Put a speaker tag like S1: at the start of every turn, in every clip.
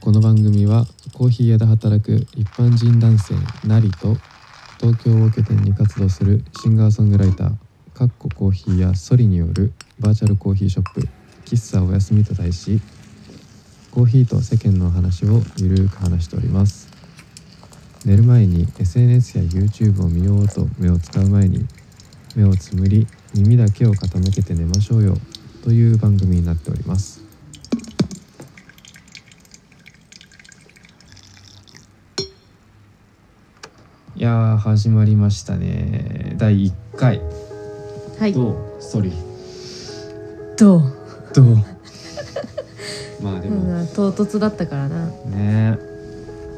S1: この番組はコーヒー屋で働く一般人男性なりと東京を拠点に活動するシンガーソングライターかっこコーヒー屋ソリによるバーチャルコーヒーショップ喫茶おやすみと題しコーヒーと世間の話をゆるーく話しております寝る前に SNS や YouTube を見ようと目を使う前に目をつむり耳だけを傾けて寝ましょうよという番組になっておりますいやー始まりましたね第1回
S2: はい。
S1: どうソリ
S2: どう？
S1: どうまあで
S2: う
S1: も、
S2: ん、唐突だったからな。
S1: ね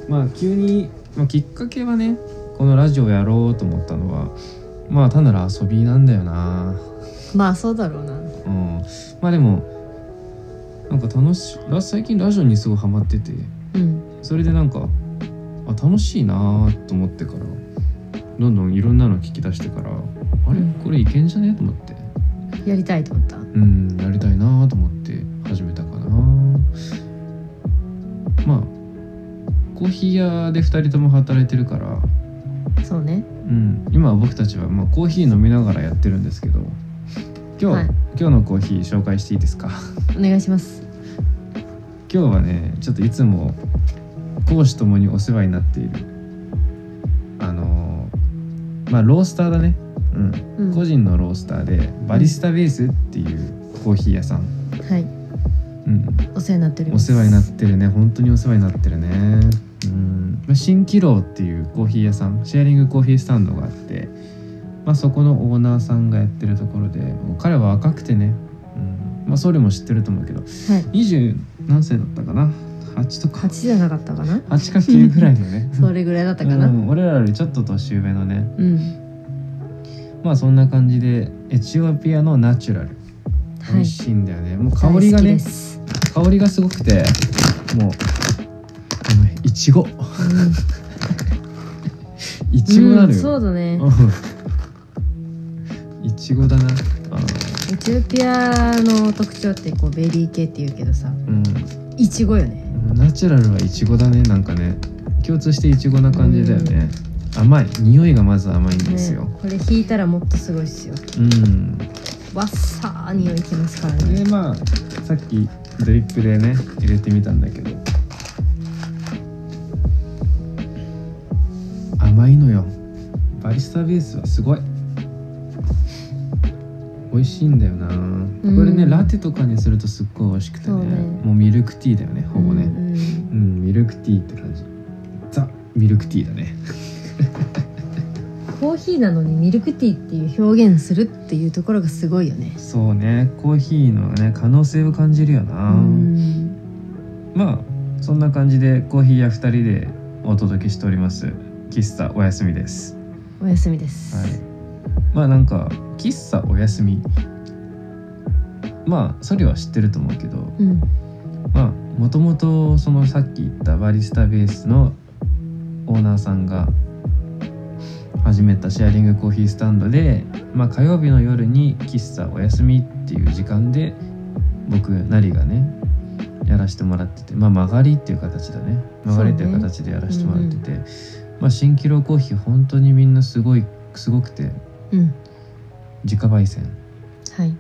S1: まあ急に、まあ、きっかけはねこのラジオやろうと思ったのはまあ単なる遊びなんだよな
S2: まあそうだろうな。
S1: うんまあでもなんか楽しい最近ラジオにすごいハマってて
S2: うん。
S1: それでなんかあ楽しいなと思ってからどんどんいろんなの聞き出してからあれ
S2: うん
S1: これいけんじゃねと思って
S2: やりたいと思った。
S1: うんやりたいなと思って始めたかなまあコーヒー屋で2人とも働いてるから、
S2: そうね。
S1: うん、今僕たちはまあコーヒー飲みながらやってるんですけど今日、
S2: はい
S1: 今日のコーヒー紹介していいですか
S2: お願いします。
S1: 今日はねちょっといつも講師ともにお世話になっているあのーまあロースターだね、うん、
S2: うん。
S1: 個人のロースターでバリスタベースっていうコーヒー屋さん、
S2: はい。
S1: うん、
S2: お世話になっておりま
S1: お
S2: す。
S1: 世話になってるね本当にお世話になってるねうんまあ新気楼っていうコーヒー屋さんシェアリングコーヒースタンドがあって、まあ、そこのオーナーさんがやってるところでもう彼は若くてね、うん、まあ総理も知ってると思うけど
S2: はい。
S1: 20何歳だったかな8とか
S2: 八じゃなかったかな？
S1: 8か9ぐらいのね
S2: それぐらいだったか
S1: う
S2: な。
S1: ん、俺らよりちょっと年上のね
S2: うん。
S1: まあそんな感じでエチオピアのナチュラル美
S2: はい
S1: 味。しいんだよね、もう香りが
S2: 大好きで
S1: ね
S2: す
S1: 香りがすごくてもうあのいちごいちご
S2: うん。
S1: な
S2: うん
S1: の
S2: そう
S1: よ。
S2: だね。
S1: うんいちごだな。あの
S2: エチオピアの特徴ってこうベリー系って言うけどさ、
S1: う
S2: いちごよね。
S1: ん、ナチュラルはいちごだね。なんかね、共通していちごな感じだよね。甘い、匂いがまず甘いん
S2: ね
S1: ですよ。
S2: これ引いたらもっとすごいっすよ。
S1: うん。
S2: わっさー匂いきますからね。
S1: で、まあ、さっきドリップでね、入れてみたんだけど。甘いのよ。バリスタベースはすごい。美味しいんだよな。
S2: うん
S1: これね、ラテとかにするとすっごい美味しくて
S2: そ
S1: ね。
S2: うね
S1: もうミルクティーだよね、ほぼね。
S2: うんうん
S1: うん、ミルクティーって感じ。ザ・ミルクティーだね。
S2: コーヒーなのにミルクティーっていう表現するっていうところがすごいよね。
S1: そうね、コーヒーのね、可能性を感じるよ
S2: う
S1: な。
S2: ん
S1: まあ、そんな感じでコーヒーや二人でお届けしております。喫茶おやすみです。
S2: お休みです。
S1: はい。まあなんか、喫茶おやすみ。まあ、それは知ってると思うけど、
S2: うん
S1: まあ、もともとそのさっき言ったバリスタベースのオーナーさんが始めたシェアリングコーヒースタンドで、まあ、火曜日の夜に喫茶お休みっていう時間で僕なりがねやらせてもらっててまあ曲がりっていう形だね曲がりっていう形でやらせてもらってて、まあ新キロコーヒー本当にみんなすごいすごくて
S2: うん
S1: 自家焙煎
S2: はい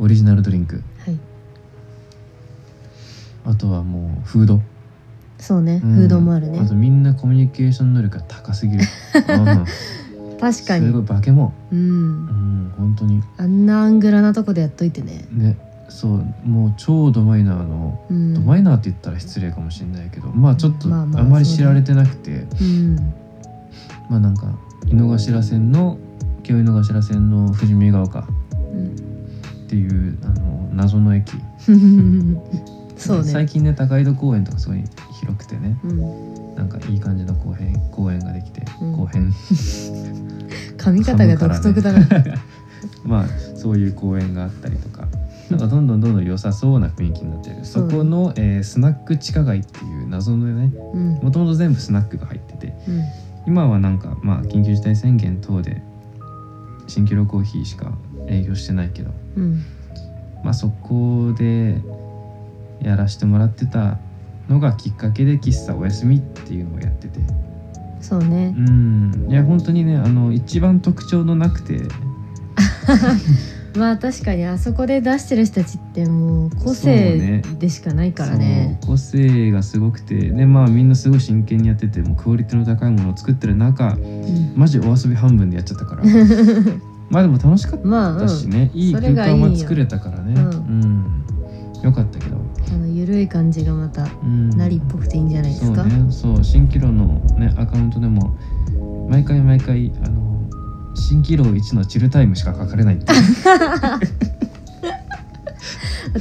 S1: オリジナルドリンク
S2: はい
S1: あとはもうフード
S2: そうね、
S1: うん
S2: フードもあるね
S1: あとみんなコミュニケーション能力が高すぎ る。うん
S2: 確か
S1: すご
S2: に
S1: い化け物。
S2: う
S1: うんん、本当に。
S2: あんなアングラなとこでやっといてね
S1: ね、そう、もう超ドマイナーの、
S2: うん
S1: ドマイナーって言ったら失礼かもしれないけど、まあちょっと
S2: ま
S1: あ
S2: あまあ
S1: まり知られてなくて、
S2: うん
S1: まあなんか、井の頭線の、今日井の頭線の富士見ヶ丘っていう、あの、謎の駅。
S2: うん そう
S1: 最
S2: ね
S1: 近ね、高井戸公園とかすごい広くてね、
S2: うん
S1: なんかいい感じの公園、公園ができて、
S2: うん
S1: 公園。
S2: 髪型が独特だな、
S1: まあそういう公園があったりとかなんかどんどんどんどん良さそうな雰囲気になってるそこの、えースナック地下街っていう謎のね
S2: うんうん
S1: もともと全部スナックが入ってて今はなんかまあ緊急事態宣言等で新キロコーヒーしか営業してないけど
S2: うん
S1: まあそこでやらしてもらってたのがきっかけで喫茶おやすみっていうのをやってて
S2: そうね
S1: うんいや本当にねあの一番特徴のなくて
S2: まあ確かにあそこで出してる人たちってもう個性でしかないからね
S1: そう個性がすごくてでまあみんなすごい真剣にやっててもうクオリティの高いものを作ってる中マジお遊び半分でやっちゃったから まあでも楽しかっ
S2: うん まあ、うん、
S1: たしね、いい
S2: そ
S1: 空
S2: れがいい
S1: 間
S2: よ
S1: は作れたからね
S2: うん
S1: うんよかったけど、
S2: あの緩い感じがまた
S1: うん、
S2: なりっぽくていいんじゃないです
S1: そ
S2: か、
S1: うねそう新キロのねアカウントでも毎回毎回あの新キロ1のチルタイムしか書かれないっていう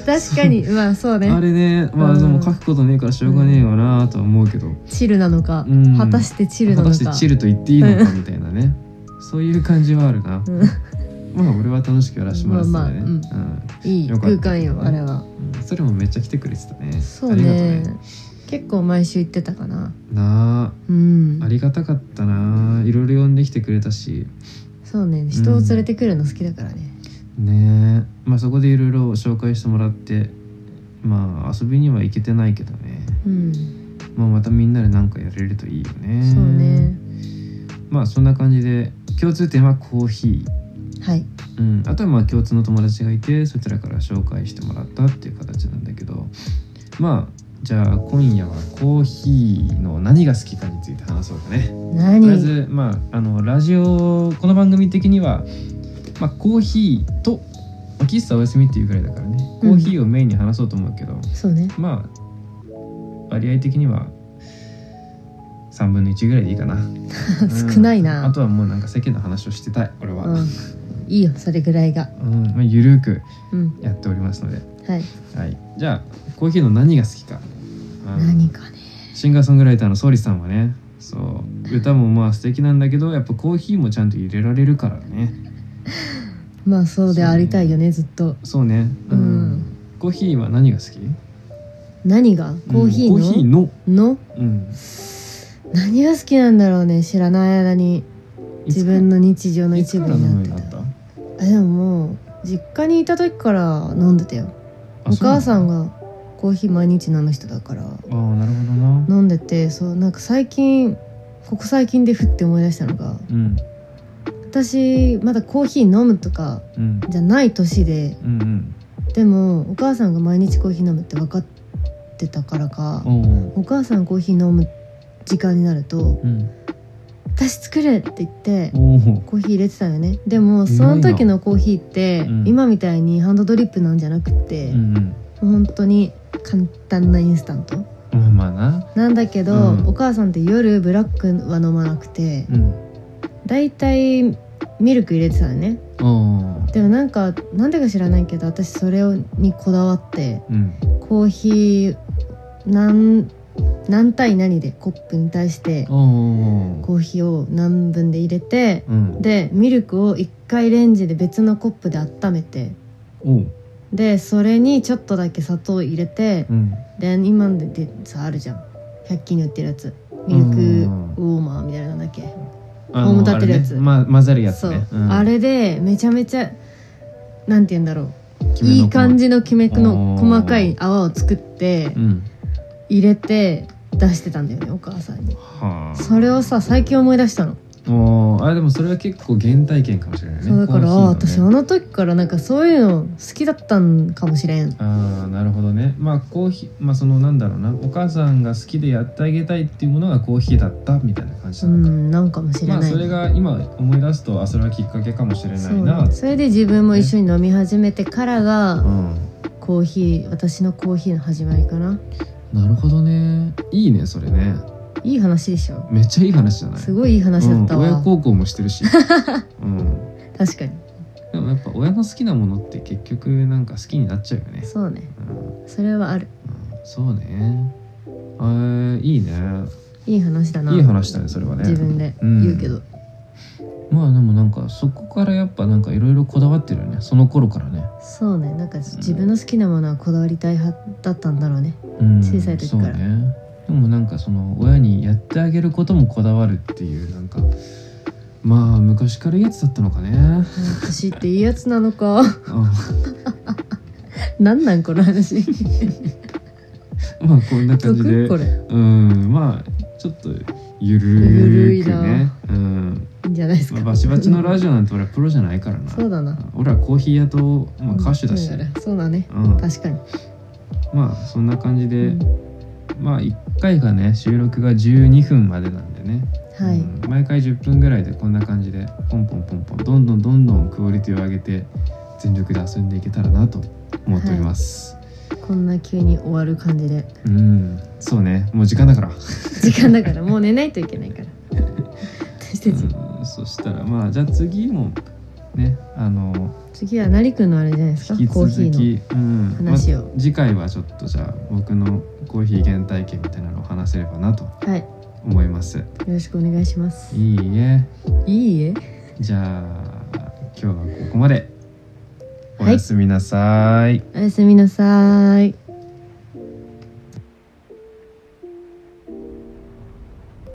S2: 確 かにまあそう
S1: あ
S2: ね
S1: れねまあ
S2: うん
S1: でも書くことねえからしょうがねえよなとは思うけど、
S2: チルなのか、
S1: うん
S2: 果たしてチルな
S1: 果
S2: の
S1: た
S2: か
S1: してチルと言っていいのかみたいなね、そういう感じはあるな
S2: うん
S1: まあ俺は楽しくやらしてもらってたね、
S2: まいい
S1: よかっ
S2: 空
S1: たけど
S2: 間
S1: ね
S2: よあれは
S1: うんうんそれもめっちゃ来てくれてたね
S2: そう
S1: ありがと
S2: ね
S1: うね
S2: 結構毎週行ってたかな
S1: な
S2: うん
S1: あありがたかったないろいろ呼んできてくれたし
S2: そうね人を連れてくるの好きだからね、
S1: ねえまあそこでいろいろ紹介してもらってまあ遊びには行けてないけどね、
S2: うん
S1: まあ、またみんなで何かやれるといいよね
S2: そうね
S1: まあそんな感じで共通点はコーヒー
S2: はい
S1: うん、あとはまあ共通の友達がいてそちらから紹介してもらったっていう形なんだけどまあじゃあ今夜はコーヒーの何が好きかについて話そうかね。とりあえ
S2: 何
S1: ず、まあ、あのラジオこの番組的には、まあ、コーヒーと、まあ、喫茶お休みっていうぐらいだからねコーヒーをメインに話そうと思うけど、
S2: そうね
S1: まあ割合的には3分の1ぐらいでいい かな。うん
S2: 少ないな
S1: あとはもうなんか世間の話をしてたい俺は。
S2: うんいいよそれぐらいが
S1: うんまあ、ゆるーく
S2: うん
S1: やっておりますので、
S2: はい
S1: はい、じゃあコーヒーの何が好きかあの
S2: 何かね
S1: シンガーソングライターのソーリさんはねそう歌もまあ素敵なんだけどやっぱコーヒーもちゃんと入れられるからね
S2: まあそうでありたいよねずっと
S1: そうね、
S2: うん
S1: コーヒーは何が好き
S2: 何がコーヒーの,、
S1: うんコーヒーの、
S2: の
S1: うん、
S2: 何が好きなんだろうね知らない間に自分
S1: の
S2: の日常の
S1: いつ
S2: 一
S1: か
S2: 部
S1: ら飲むよう
S2: に
S1: に
S2: な
S1: な
S2: って
S1: ったた
S2: あでももう実家にいた時から飲んでたよお母さん
S1: が
S2: がコーヒー毎日飲む人だから
S1: あそうなんだあーなるほどな
S2: 飲んでてそうなんか最近ここ最近でふって思い出したのが
S1: うん
S2: 私まだコーヒー飲むとか
S1: うん
S2: じゃない年で
S1: うんうん
S2: でもお母さんが毎日コーヒー飲むって分かってたからか
S1: おー
S2: お母さんコーヒー飲む時間になると
S1: うん
S2: 「私作る!」って言って
S1: おー
S2: コーヒー入れてたよねでもその時のコーヒーって
S1: うん
S2: 今みたいにハンドドリップなんじゃなくって、
S1: うんうん
S2: 本当に簡単なインスタント
S1: まあまあな
S2: なんだけど、
S1: うん
S2: お母さんって夜ブラックは飲まなくて
S1: うん
S2: だいたいミルク入れてたのね
S1: おー
S2: でもなんかなんでか知らないけど私それをにこだわって
S1: うん
S2: コーヒー何何対何でコップに対して
S1: おー
S2: コーヒーを何分で入れて
S1: うん
S2: でミルクを1回レンジで別のコップで温めて
S1: おう
S2: でそれにちょっとだけ砂糖入れて
S1: うん
S2: で今ででさあるじゃん100均に売ってるやつミルクウォーマーみたいなのなんだっけ
S1: あの
S2: ホーム立てるや
S1: あ
S2: つ
S1: れねま、混ざるやつ
S2: そう
S1: ね、うん
S2: あれでめちゃめちゃなんて言うんだろう
S1: きめの
S2: いい感じのきめの
S1: おー
S2: 細かい泡を作って
S1: うん
S2: 入れて出してたんだよねお母さんに
S1: はあ
S2: それをさ最近思い出したの、
S1: おーあれでもそれは結構原体験かもしれないね
S2: そうだから、
S1: コ
S2: あ
S1: ーヒ
S2: 私
S1: ー
S2: あ
S1: のね
S2: の時からなんかそういうの好きだったんかもしれん
S1: あーなるほどねまあコーヒーまあそのなんだろうなお母さんが好きでやってあげたいっていうものがコーヒーだったみたいな感じ
S2: う
S1: なのか、
S2: んなんかもしれ
S1: まあ
S2: ない
S1: それ
S2: な、
S1: が今思い出すとあそれはきっかけかもしれない
S2: そう
S1: な
S2: それで自分も一緒に飲み始めてからが
S1: うん
S2: コーヒー私のコーヒーの始まりかな
S1: なるほどねいいねそれね
S2: いい話でしょ
S1: めっちゃいい話じゃない
S2: すごいいい話だった
S1: うん、
S2: わ、
S1: 親孝行もしてる し、うん、
S2: 確かに
S1: でもやっぱ親の好きなものって結局なんか好きになっちゃうよね。
S2: そうね
S1: うんうん
S2: それはある
S1: そうね。えー、いいね。
S2: いい話だない
S1: い話だねそれはね。
S2: 自分で
S1: うん
S2: 言うけど、
S1: まあでもなんかそこからやっぱなんかいろいろこだわってるよね。その頃からね。
S2: そうねなんか自分の好きなものはこだわりたい派だったんだろうね
S1: うん、
S2: 小さい時から
S1: そうね。でもなんかその親にやってあげることもこだわるっていうなんか。まあ昔からいいやつだったのか ね。
S2: あ私っていいやつなのか
S1: あ
S2: なんなんこの話
S1: まあこんな感じで
S2: 得これい
S1: うんまあちょっとゆる
S2: ゆる
S1: ー
S2: い
S1: くね
S2: な
S1: うん、
S2: いんじゃないです
S1: ま
S2: か、
S1: あ、バチバチのラジオなんて俺はプロじゃないからな
S2: そうだな
S1: 俺はコーヒー屋と、まあ、歌手だし、
S2: うんそうだね
S1: うん、
S2: 確かに
S1: まあそんな感じで、
S2: うん
S1: まあ1回がね収録が12分までなんでね、
S2: はい、
S1: うん毎回10分ぐらいでこんな感じでポンポンポンポンどんどんどんどんクオリティを上げて全力で遊んでいけたらなと思っております、
S2: こんな急に終わる感じで
S1: うんそうねもう時間だから、
S2: 時間だからもう寝ないといけないから私たち、
S1: うんそしたらまあじゃあ次もねあの
S2: 次はなりくんのあれじゃないですか
S1: 引き
S2: コーヒ
S1: 続
S2: ー
S1: きうん
S2: の話を、
S1: まあ次回はちょっとじゃあ僕のコーヒー原体験みたいなのを話せればなと
S2: はいよ
S1: 思います
S2: ろしくお願いします
S1: いいえ
S2: いいえ
S1: じゃあ今日はここまでおやすみなさい
S2: おやすみなさーい